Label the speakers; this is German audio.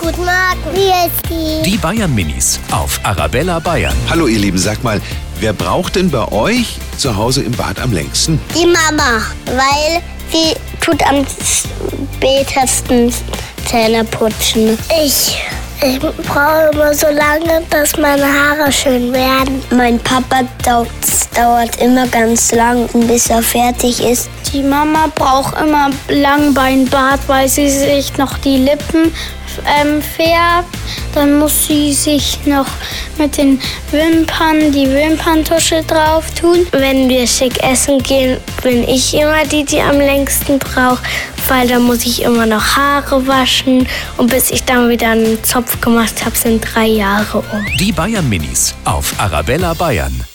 Speaker 1: Guten Morgen. Wie ist die?
Speaker 2: Die Bayern Minis auf Arabella Bayern.
Speaker 3: Hallo ihr Lieben, sag mal, wer braucht denn bei euch zu Hause im Bad am längsten?
Speaker 1: Die Mama. Weil sie tut am spätesten Zähne putzen. Ich. Ich brauche immer so lange, dass meine Haare schön werden. Mein Papa dauert immer ganz lang, bis er fertig ist.
Speaker 4: Die Mama braucht immer Langbeinbart, weil sie sich noch die Lippen ähm, färbt. Dann muss sie sich noch mit den Wimpern die Wimperntusche drauf tun.
Speaker 1: Wenn wir schick essen gehen, bin ich immer die, die am längsten braucht, weil da muss ich immer noch Haare waschen. Und bis ich dann wieder einen Zopf gemacht habe, sind drei Jahre um.
Speaker 2: Die Bayern Minis auf Arabella Bayern.